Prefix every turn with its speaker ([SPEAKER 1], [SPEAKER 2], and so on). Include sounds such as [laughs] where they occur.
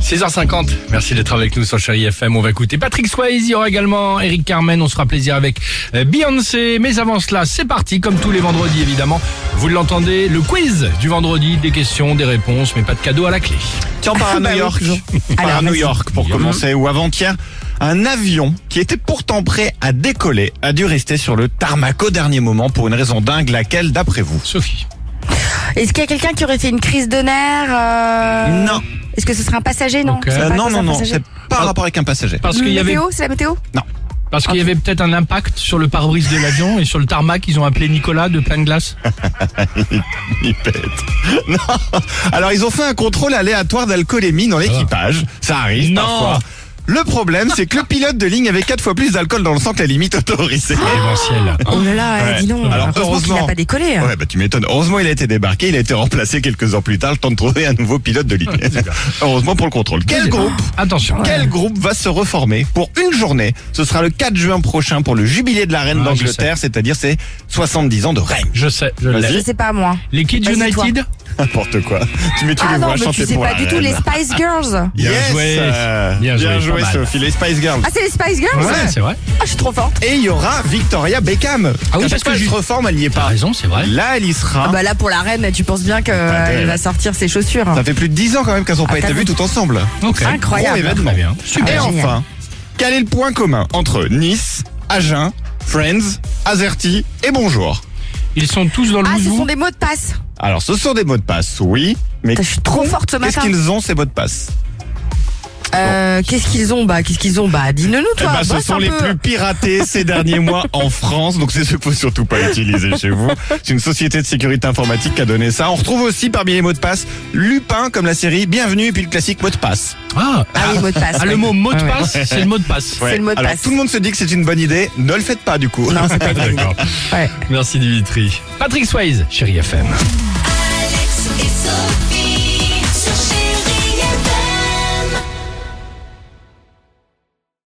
[SPEAKER 1] 6h50, merci d'être avec nous sur Chéri FM. On va écouter Patrick Swayze, il y aura également Eric Carmen. On se fera plaisir avec euh, Beyoncé. Mais avant cela, c'est parti, comme tous les vendredis évidemment. Vous l'entendez, le quiz du vendredi, des questions, des réponses, mais pas de cadeaux à la clé.
[SPEAKER 2] Tiens, par à [laughs]
[SPEAKER 3] Bah
[SPEAKER 2] New
[SPEAKER 3] oui,
[SPEAKER 2] York.
[SPEAKER 3] toujours.
[SPEAKER 2] Par à
[SPEAKER 3] Alors,
[SPEAKER 2] New
[SPEAKER 3] vas-y.
[SPEAKER 2] York pour
[SPEAKER 1] New York.
[SPEAKER 2] commencer ou avant-hier. Un avion qui était pourtant prêt à décoller a dû rester sur le tarmac au dernier moment pour une raison dingue, laquelle d'après vous
[SPEAKER 1] Sophie.
[SPEAKER 3] Est-ce qu'il y a quelqu'un qui aurait fait une crise de nerfs euh,
[SPEAKER 2] Non.
[SPEAKER 3] Est-ce que ce serait un passager Non.
[SPEAKER 1] Ok.
[SPEAKER 3] Je sais
[SPEAKER 2] Euh,
[SPEAKER 3] pas
[SPEAKER 2] non,
[SPEAKER 3] que c'est
[SPEAKER 2] non,
[SPEAKER 3] un
[SPEAKER 2] non,
[SPEAKER 3] passager.
[SPEAKER 2] c'est pas en rapport avec un passager.
[SPEAKER 1] Parce qu'il y avait,
[SPEAKER 3] Météo, Ah. c'est la météo
[SPEAKER 1] parce qu'il y avait peut-être un impact sur le pare-brise de l'avion et sur le tarmac, ils ont appelé Nicolas de plein de glace.
[SPEAKER 3] Ah.
[SPEAKER 2] Il pète. Non. Alors ils ont fait un contrôle aléatoire d'alcoolémie dans l'équipage. Ça arrive
[SPEAKER 1] Non.
[SPEAKER 2] parfois. Le problème, c'est que le pilote de ligne avait quatre fois plus d'alcool dans le sang que la limite autorisée.
[SPEAKER 1] Événementiel.
[SPEAKER 3] Oh là là,
[SPEAKER 2] Ouais.
[SPEAKER 3] dis donc.
[SPEAKER 2] Alors,
[SPEAKER 3] heureusement qu'il
[SPEAKER 2] heureusement.
[SPEAKER 3] n'a pas décollé. hein.
[SPEAKER 2] Ouais, bah tu m'étonnes. Heureusement, il a été débarqué, il a été remplacé quelques heures plus tard, le temps de trouver un nouveau pilote de ligne. Heureusement pour le contrôle. Quel groupe
[SPEAKER 1] Attention.
[SPEAKER 2] Quel groupe va se reformer pour une journée Ce sera le 4 juin prochain pour le jubilé de la reine
[SPEAKER 1] Ah,
[SPEAKER 2] d'Angleterre, c'est-à-dire ses 70 ans de règne.
[SPEAKER 1] Je sais, je
[SPEAKER 2] Vas-y.
[SPEAKER 1] l'ai.
[SPEAKER 3] Je sais pas moi.
[SPEAKER 1] Les Kids
[SPEAKER 3] Vas-y,
[SPEAKER 1] United
[SPEAKER 2] [laughs] N'importe quoi. Tu mets tous
[SPEAKER 3] Ah
[SPEAKER 2] les
[SPEAKER 3] non,
[SPEAKER 2] voix
[SPEAKER 3] mais
[SPEAKER 2] chanter
[SPEAKER 3] tu sais
[SPEAKER 2] pour
[SPEAKER 3] pas
[SPEAKER 2] la
[SPEAKER 3] du tout
[SPEAKER 2] reine.
[SPEAKER 3] les Spice Girls.
[SPEAKER 1] Bien
[SPEAKER 2] Yes,
[SPEAKER 1] joué.
[SPEAKER 2] euh,
[SPEAKER 1] Bien joué, pas mal.
[SPEAKER 2] Sophie, les Spice Girls.
[SPEAKER 3] Ah, c'est les Spice Girls
[SPEAKER 1] Ouais,
[SPEAKER 2] Ouais.
[SPEAKER 1] c'est vrai.
[SPEAKER 3] Ah, je suis trop forte.
[SPEAKER 2] Et il y aura Victoria Beckham.
[SPEAKER 1] Ah oui,
[SPEAKER 2] À
[SPEAKER 1] parce
[SPEAKER 2] chaque fois,
[SPEAKER 1] que
[SPEAKER 2] elle
[SPEAKER 1] j'ai-
[SPEAKER 2] se reforme, elle n'y est
[SPEAKER 1] T'as
[SPEAKER 2] pas.
[SPEAKER 1] raison, c'est vrai.
[SPEAKER 2] Là, elle y sera.
[SPEAKER 3] Ah bah là, pour la reine, tu penses bien
[SPEAKER 2] Ah, ouais.
[SPEAKER 3] qu'elle va sortir ses chaussures.
[SPEAKER 2] Ça fait plus de 10 ans quand même qu'elles n'ont
[SPEAKER 3] Ah,
[SPEAKER 2] pas été
[SPEAKER 3] t'as
[SPEAKER 2] vues
[SPEAKER 3] vu.
[SPEAKER 2] toutes ensemble.
[SPEAKER 1] Ok.
[SPEAKER 3] Incroyable.
[SPEAKER 2] Gros événement.
[SPEAKER 1] Très bien.
[SPEAKER 2] Et
[SPEAKER 3] Ah, génial.
[SPEAKER 2] enfin, quel est le point commun entre Nice, Agen, Friends, Azerty et Bonjour
[SPEAKER 1] Ils sont tous dans le
[SPEAKER 3] Ah, ce
[SPEAKER 1] mouvement.
[SPEAKER 3] sont des mots de passe.
[SPEAKER 2] Alors, ce sont des mots de passe, oui, mais
[SPEAKER 3] Putain, Je suis trop forte ce
[SPEAKER 2] qu'est-ce
[SPEAKER 3] matin.
[SPEAKER 2] qu'ils ont ces mots de passe
[SPEAKER 3] Euh, Qu'est-ce qu'ils ont Bah, qu'est-ce qu'ils ont Bah, dis-le nous,
[SPEAKER 2] Eh
[SPEAKER 3] toi.
[SPEAKER 2] ben, Ce
[SPEAKER 3] bosse
[SPEAKER 2] sont
[SPEAKER 3] un
[SPEAKER 2] les
[SPEAKER 3] peu.
[SPEAKER 2] plus piratés ces derniers mois en France, donc c'est ce qu'il faut surtout pas utiliser chez vous. C'est une société de sécurité informatique qui a donné ça. On retrouve aussi parmi les mots de passe Lupin comme la série Bienvenue et puis le classique mot de passe.
[SPEAKER 1] Ah,
[SPEAKER 3] Ah oui, mot de passe.
[SPEAKER 1] ah, le
[SPEAKER 3] ouais.
[SPEAKER 1] mot mot de
[SPEAKER 3] Ah ouais.
[SPEAKER 1] passe, c'est le mot de passe.
[SPEAKER 3] Ouais. C'est le mot de
[SPEAKER 2] Alors,
[SPEAKER 3] passe.
[SPEAKER 2] tout le monde se dit que c'est une bonne idée, ne le faites pas du coup.
[SPEAKER 3] Non, c'est pas une bonne idée.
[SPEAKER 1] D'accord.
[SPEAKER 3] Ouais.
[SPEAKER 1] Merci Dimitri. Patrick Swayze, chérie FM.
[SPEAKER 4] Alex et Sophie.